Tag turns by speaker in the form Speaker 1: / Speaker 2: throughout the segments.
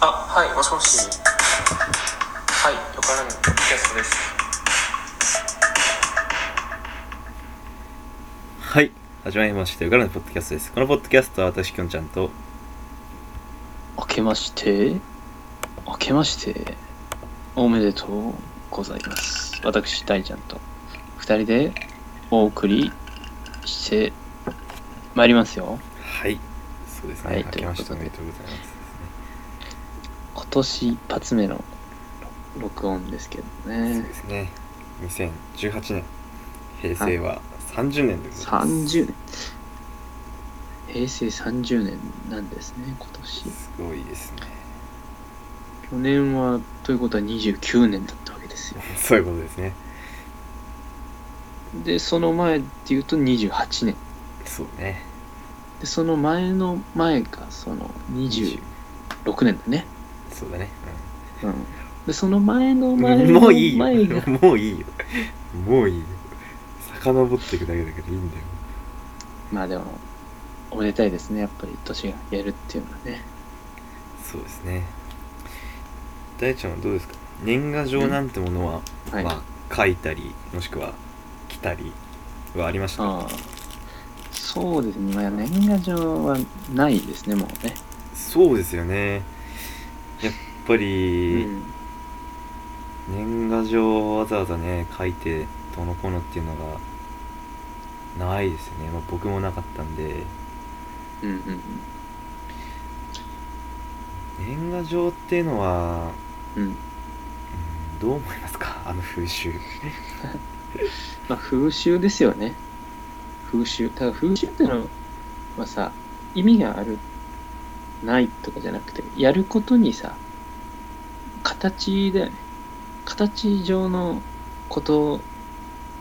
Speaker 1: はい、もしもし。はい、よからぬ。
Speaker 2: キャストです
Speaker 3: はい始まりましたよからのポッドキャストですこのポッドキャストは私きょんちゃんと
Speaker 4: 明けまして、明けまして、おめでとうございます。私、大ちゃんと二人でお送りしてまいりますよ。
Speaker 3: はいそうですね、
Speaker 4: はい
Speaker 3: 明けまして
Speaker 4: と
Speaker 3: お
Speaker 4: いうことで
Speaker 3: めでとうございます
Speaker 4: 今年一発目の録音ですけど
Speaker 3: そう
Speaker 4: ね
Speaker 3: で。すね2018年平成は30年でございます
Speaker 4: 30年。平成30年なんですね、今年。
Speaker 3: すごいですね
Speaker 4: 去年は、ということは29年だったわけですよ。
Speaker 3: そういうことですね
Speaker 4: で、その前っていうと28年。
Speaker 3: そうね
Speaker 4: で、その前の前が、その26年だね。
Speaker 3: そうだね、
Speaker 4: うんでその前の
Speaker 3: うん
Speaker 4: 前の
Speaker 3: もういいよ
Speaker 4: 前が
Speaker 3: もういいよもういいよ遡っていくだけだからいいんだよ
Speaker 4: まあでもおめでたいですねやっぱり年がやるっていうのはね
Speaker 3: そうですね大ちゃんはどうですか年賀状なんてものは、
Speaker 4: はい、
Speaker 3: まあ書いたりもしくは来たりはありました
Speaker 4: ああそうですね、まあ、年賀状はないですねもうね、
Speaker 3: そうですよねやっぱ
Speaker 4: う
Speaker 3: り
Speaker 4: ん、
Speaker 3: 年賀状をわざわざね書いてどうのこうのっていうのがないですよね、まあ、僕もなかったんで
Speaker 4: うんうん
Speaker 3: 年賀状っていうのは
Speaker 4: うんうん
Speaker 3: うんどう思いますかあの風習
Speaker 4: まあ風習ですよね風習ただ風習っていうのはさ意味があるないとかじゃなくてやることにさ形だよね形上のことっ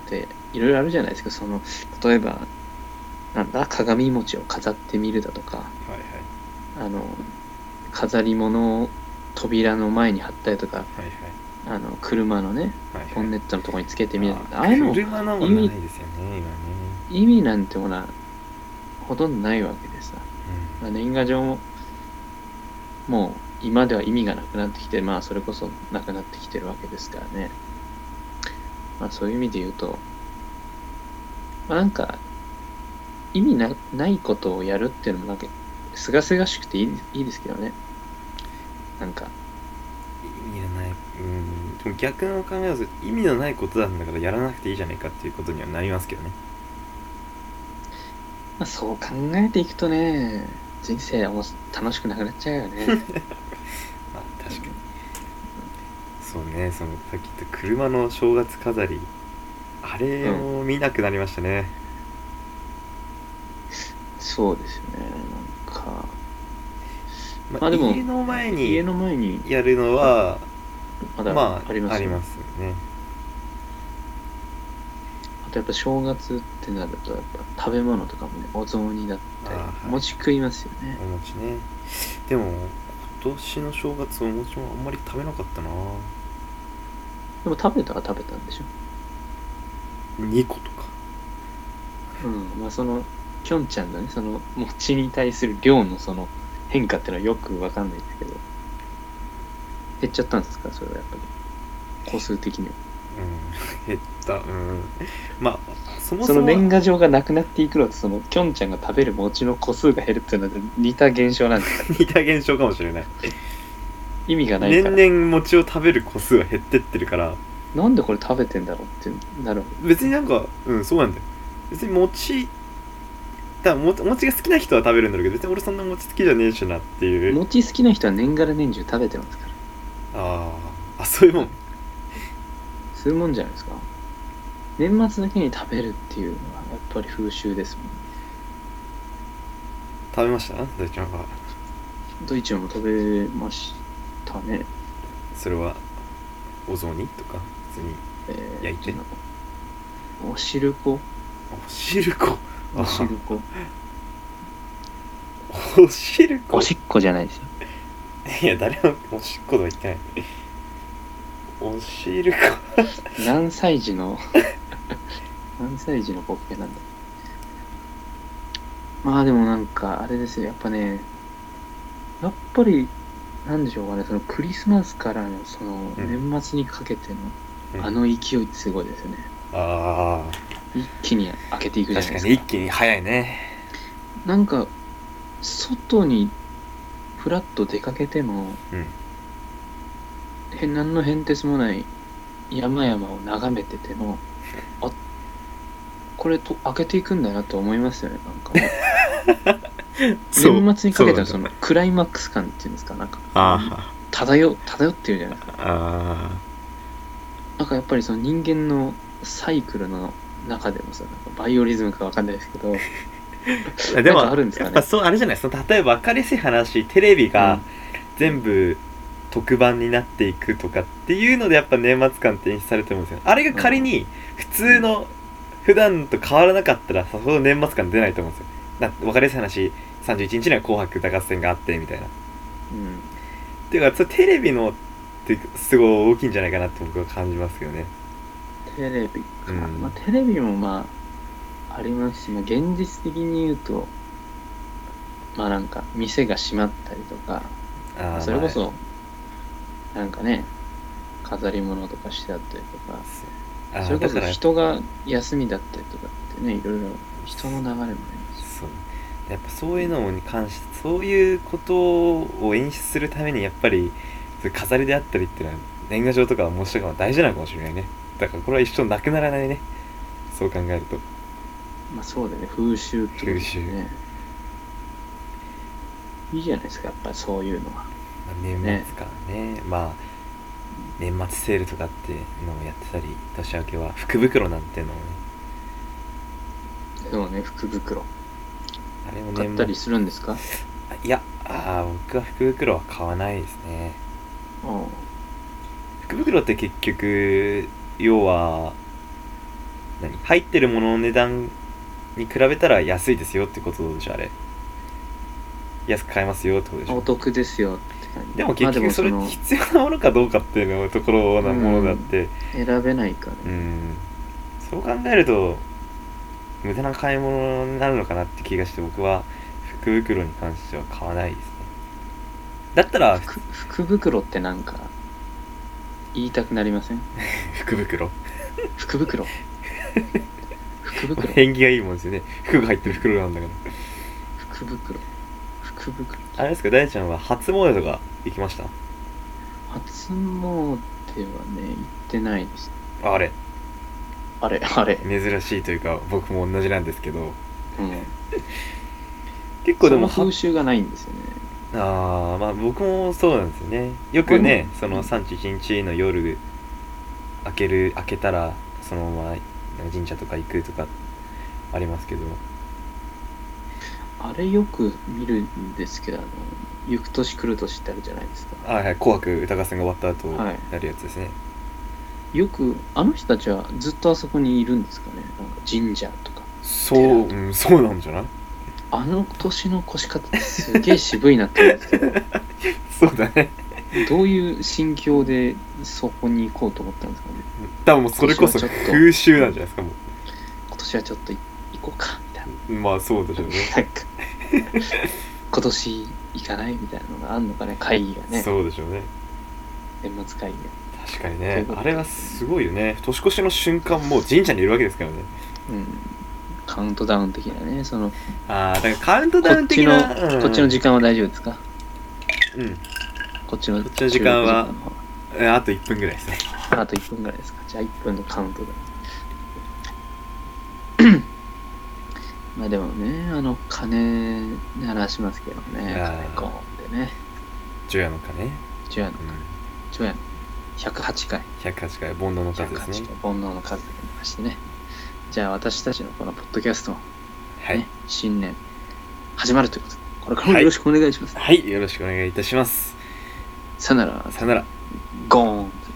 Speaker 4: ていろいろあるじゃないですかその例えばなんだ鏡餅を飾ってみるだとか
Speaker 3: はいはい
Speaker 4: あの飾り物を扉の前に貼ったりとか
Speaker 3: はい
Speaker 4: あの車のね
Speaker 3: はいはい
Speaker 4: ボンネットのところにつけてみるとか
Speaker 3: あ
Speaker 4: ああいうのも
Speaker 3: 車のもないですよね今ね、
Speaker 4: 意味なんてものはほとんどないわけでさ、
Speaker 3: うん
Speaker 4: まあ、年賀状ももう今では意味がなくなってきてまあそれこそなくなってきてるわけですからねまあそういう意味で言うと、まあ、なんか意味なないことをやるっていうのもなんかすがすがしくていいいいですけどねなんか
Speaker 3: 意味のないうんでも逆の考えをすると意味のないことなんだからやらなくていいじゃないかっていうことにはなりますけどね
Speaker 4: まあ、そう考えていくとね、人生はもう楽しくなくなっちゃうよね。
Speaker 3: まあ確かにそうねそのさっき言った車の正月飾りあれを見なくなりましたね、
Speaker 4: そうですよね。なんか、
Speaker 3: まあ
Speaker 4: まあでも
Speaker 3: 家の前
Speaker 4: 家
Speaker 3: に
Speaker 4: の前に
Speaker 3: やるのは
Speaker 4: まだ
Speaker 3: まあ
Speaker 4: ありますよ
Speaker 3: よね
Speaker 4: あとやっぱ正月ってなると、やっぱ食べ物とかもね、お雑煮だったり
Speaker 3: あー、はい
Speaker 4: 餅食いますよね
Speaker 3: お。餅ねでも今年の正月お餅もあんまり食べなかったな
Speaker 4: でも食べたは食べたんでしょ。
Speaker 3: 2個とか
Speaker 4: うん。まあその、きょんちゃんのね、その餅に対する量のその変化っていうのはよくわかんないですけど、減っちゃったんですか、それはやっぱり。個数的には。
Speaker 3: うん 減ったうんまあそもそ
Speaker 4: その
Speaker 3: も
Speaker 4: 年賀状がなくなっていくのとそのきょんちゃんが食べる餅の個数が減るっていうのは似た現象なんです
Speaker 3: 似た現象かもしれない
Speaker 4: 意味がないから
Speaker 3: 年々餅を食べる個数が減ってってるから
Speaker 4: なんでこれ食べてんだろうってなる
Speaker 3: 別になんかうんそうなんだよ別に餅だも餅が好きな人は食べるんだろうけど別に俺そんな餅好きじゃねえしなっていう
Speaker 4: 餅好きな人は年がら年中食べてますから
Speaker 3: あーあそういうもん
Speaker 4: そういうもんじゃないですか年末だけに食べるっていうのはやっぱり風習ですもん
Speaker 3: 食べました大ちゃんは
Speaker 4: ドイツも食べましたね
Speaker 3: それはお雑煮とか別に
Speaker 4: えー
Speaker 3: 焼いて
Speaker 4: お汁粉
Speaker 3: お汁粉
Speaker 4: お汁粉
Speaker 3: お汁粉
Speaker 4: おしっこじゃないですよ
Speaker 3: いや誰もおしっことは言ってないお汁粉
Speaker 4: 何歳児の 何歳児のボケなんだまあでもなんかあれですよやっぱねやっぱりなんでしょうかね、そのクリスマスからのその
Speaker 3: ん
Speaker 4: 年末にかけて
Speaker 3: うん
Speaker 4: のあの勢いってすごいですよね。
Speaker 3: あ
Speaker 4: 一気に開けていく
Speaker 3: ー
Speaker 4: じゃな
Speaker 3: 確
Speaker 4: いで
Speaker 3: か
Speaker 4: す
Speaker 3: に
Speaker 4: か。
Speaker 3: 一気に早いね
Speaker 4: なんか、外にふらっと出かけても、
Speaker 3: うん
Speaker 4: へ何の変哲もない山々を眺めてても、あこれと開けていくんだなと思いますよね、な んかね。年末にかけたそのクライマックス感っていうんですか、なんか
Speaker 3: あ
Speaker 4: 漂漂ってるじゃないですか。
Speaker 3: ーあ
Speaker 4: なんかやっぱりその人間のサイクルの中でもさ、なんかバイオリズムかわかんないですけど、
Speaker 3: ーでも
Speaker 4: なんかあるんですか
Speaker 3: や
Speaker 4: ね
Speaker 3: っぱそうあれじゃないその例えば分かりやすい話テレビ
Speaker 4: う
Speaker 3: が
Speaker 4: ん
Speaker 3: 全部特番になっていくとかっていうのでやっぱ年末感って演出されてるんですよあれが仮に普通の普段と変わらなかったらさほど年末感出ないと思うんですよな分かりやすい話31日には「紅白歌合戦」があってみたいな
Speaker 4: うん、
Speaker 3: っていうかそれテレビのってすごい大きいんじゃないかなって僕は感じますけどね
Speaker 4: テレビか、
Speaker 3: うん
Speaker 4: まあ、テレビもまあありますし、まあ、現実的に言うとまあなんか店が閉まったりとか
Speaker 3: あー
Speaker 4: それこ
Speaker 3: ま
Speaker 4: そなんかね飾り物とかしてあったりとか
Speaker 3: ああー
Speaker 4: それこそ
Speaker 3: だから
Speaker 4: 人が休みだったりとかってねいろいろ人の流れもありますし
Speaker 3: そうやっぱそういうのに関してそういうことを演出するためにやっぱりそういう飾りであったりっていうのは年賀状とかは面白いかも大事なのかもしれないねだからこれは一生なくならないねそう考えると
Speaker 4: まあそうだよね風習ってことですよねいいじゃないですかやっぱりそういうのは
Speaker 3: まあ年末からねまあ年末セールとかっていうのをやってたり年明けは福袋なんていうのをね
Speaker 4: そうね福袋
Speaker 3: あれも
Speaker 4: 買
Speaker 3: 年
Speaker 4: った
Speaker 3: 末
Speaker 4: りするんですか
Speaker 3: いやあー僕は福袋は買わないですね
Speaker 4: うん
Speaker 3: 福袋って結局要は何入ってるものの値段に比べたら安いですよってことでしょあれ安く買えますよってことでし
Speaker 4: お
Speaker 3: ょ
Speaker 4: 得ですよって感じ
Speaker 3: でも結局それ
Speaker 4: まあでも
Speaker 3: 必要なものかどうかっていうのところなものだって
Speaker 4: その選べないから、
Speaker 3: うんそう考えると無駄な買い物になるのかなって気がして僕は福袋に関しては買わないですねだったら
Speaker 4: 福福袋ってなんか言いたくなりません
Speaker 3: 福袋
Speaker 4: 福袋 福袋
Speaker 3: 縁起がいいもんですよね服が入ってる袋なんだから
Speaker 4: 福袋福袋
Speaker 3: あれですか大ちゃんは初詣とか行きました
Speaker 4: 初詣はね行ってないです
Speaker 3: あれ
Speaker 4: あれあれ
Speaker 3: 珍しいというか僕も同じなんですけど
Speaker 4: うん
Speaker 3: 結構
Speaker 4: こ
Speaker 3: で
Speaker 4: れ
Speaker 3: も
Speaker 4: も
Speaker 3: は
Speaker 4: 風習がないんですよね
Speaker 3: ああまあ僕もそうなんですよねよくねその31日の夜開ける開けたらそのままなんか神社とか行くとかありますけど
Speaker 4: あれよく見るんですけどあの行く年来る年ってあるじゃないですか
Speaker 3: あはい「紅白歌合戦」が終わった後
Speaker 4: はい
Speaker 3: やるやつですね、
Speaker 4: よくあの人たちはずっとあそこにいるんですかねなんか神社とか
Speaker 3: そう、うん、そうなんじゃない
Speaker 4: あの年の越し方ってすげえ渋いなって思うんです けど
Speaker 3: そうだね
Speaker 4: どういう心境でそこに行こうと思ったんですかね
Speaker 3: 多分もうそれこそ
Speaker 4: 私はちょっと
Speaker 3: 風習なんじゃないですかも
Speaker 4: 今年はちょっとい行こうかみたいう
Speaker 3: まあそうでしょうね
Speaker 4: ななんか今年行かないみたいなのがあんのかね会議がね
Speaker 3: そうでしょうね
Speaker 4: 年末会議
Speaker 3: 確かに
Speaker 4: そうい
Speaker 3: ね
Speaker 4: うこと
Speaker 3: あれはすごいよね年越しの瞬間もう神社にいるわけですからね
Speaker 4: がうんカウントダウン的なねそのこ
Speaker 3: ああだからカウントダウン
Speaker 4: っ
Speaker 3: 的
Speaker 4: ちの、
Speaker 3: なうん
Speaker 4: こっちの時間は大丈夫ですか
Speaker 3: うん
Speaker 4: こっちの
Speaker 3: こっちの時間は
Speaker 4: 収録時間
Speaker 3: えあと1分ぐらいですね
Speaker 4: あと1分ぐらいですか。じゃあ1分のカウントだ。 まあでもね、あの、金の話しますけどね、
Speaker 3: あー
Speaker 4: 金コーンでね、
Speaker 3: 除夜の鐘、ね
Speaker 4: 除夜の、
Speaker 3: う
Speaker 4: 除夜の、108回、
Speaker 3: ん、108回煩悩の数
Speaker 4: 108
Speaker 3: です
Speaker 4: 回、
Speaker 3: ね
Speaker 4: 煩悩の数でありましてね。じゃあ私たちのこのポッドキャストもね、
Speaker 3: はい、
Speaker 4: 新年、始まるということで、これからもよろしくお願いします。
Speaker 3: はい、よろしくお願いいたします
Speaker 4: さよなら、
Speaker 3: さよなら
Speaker 4: ゴーン。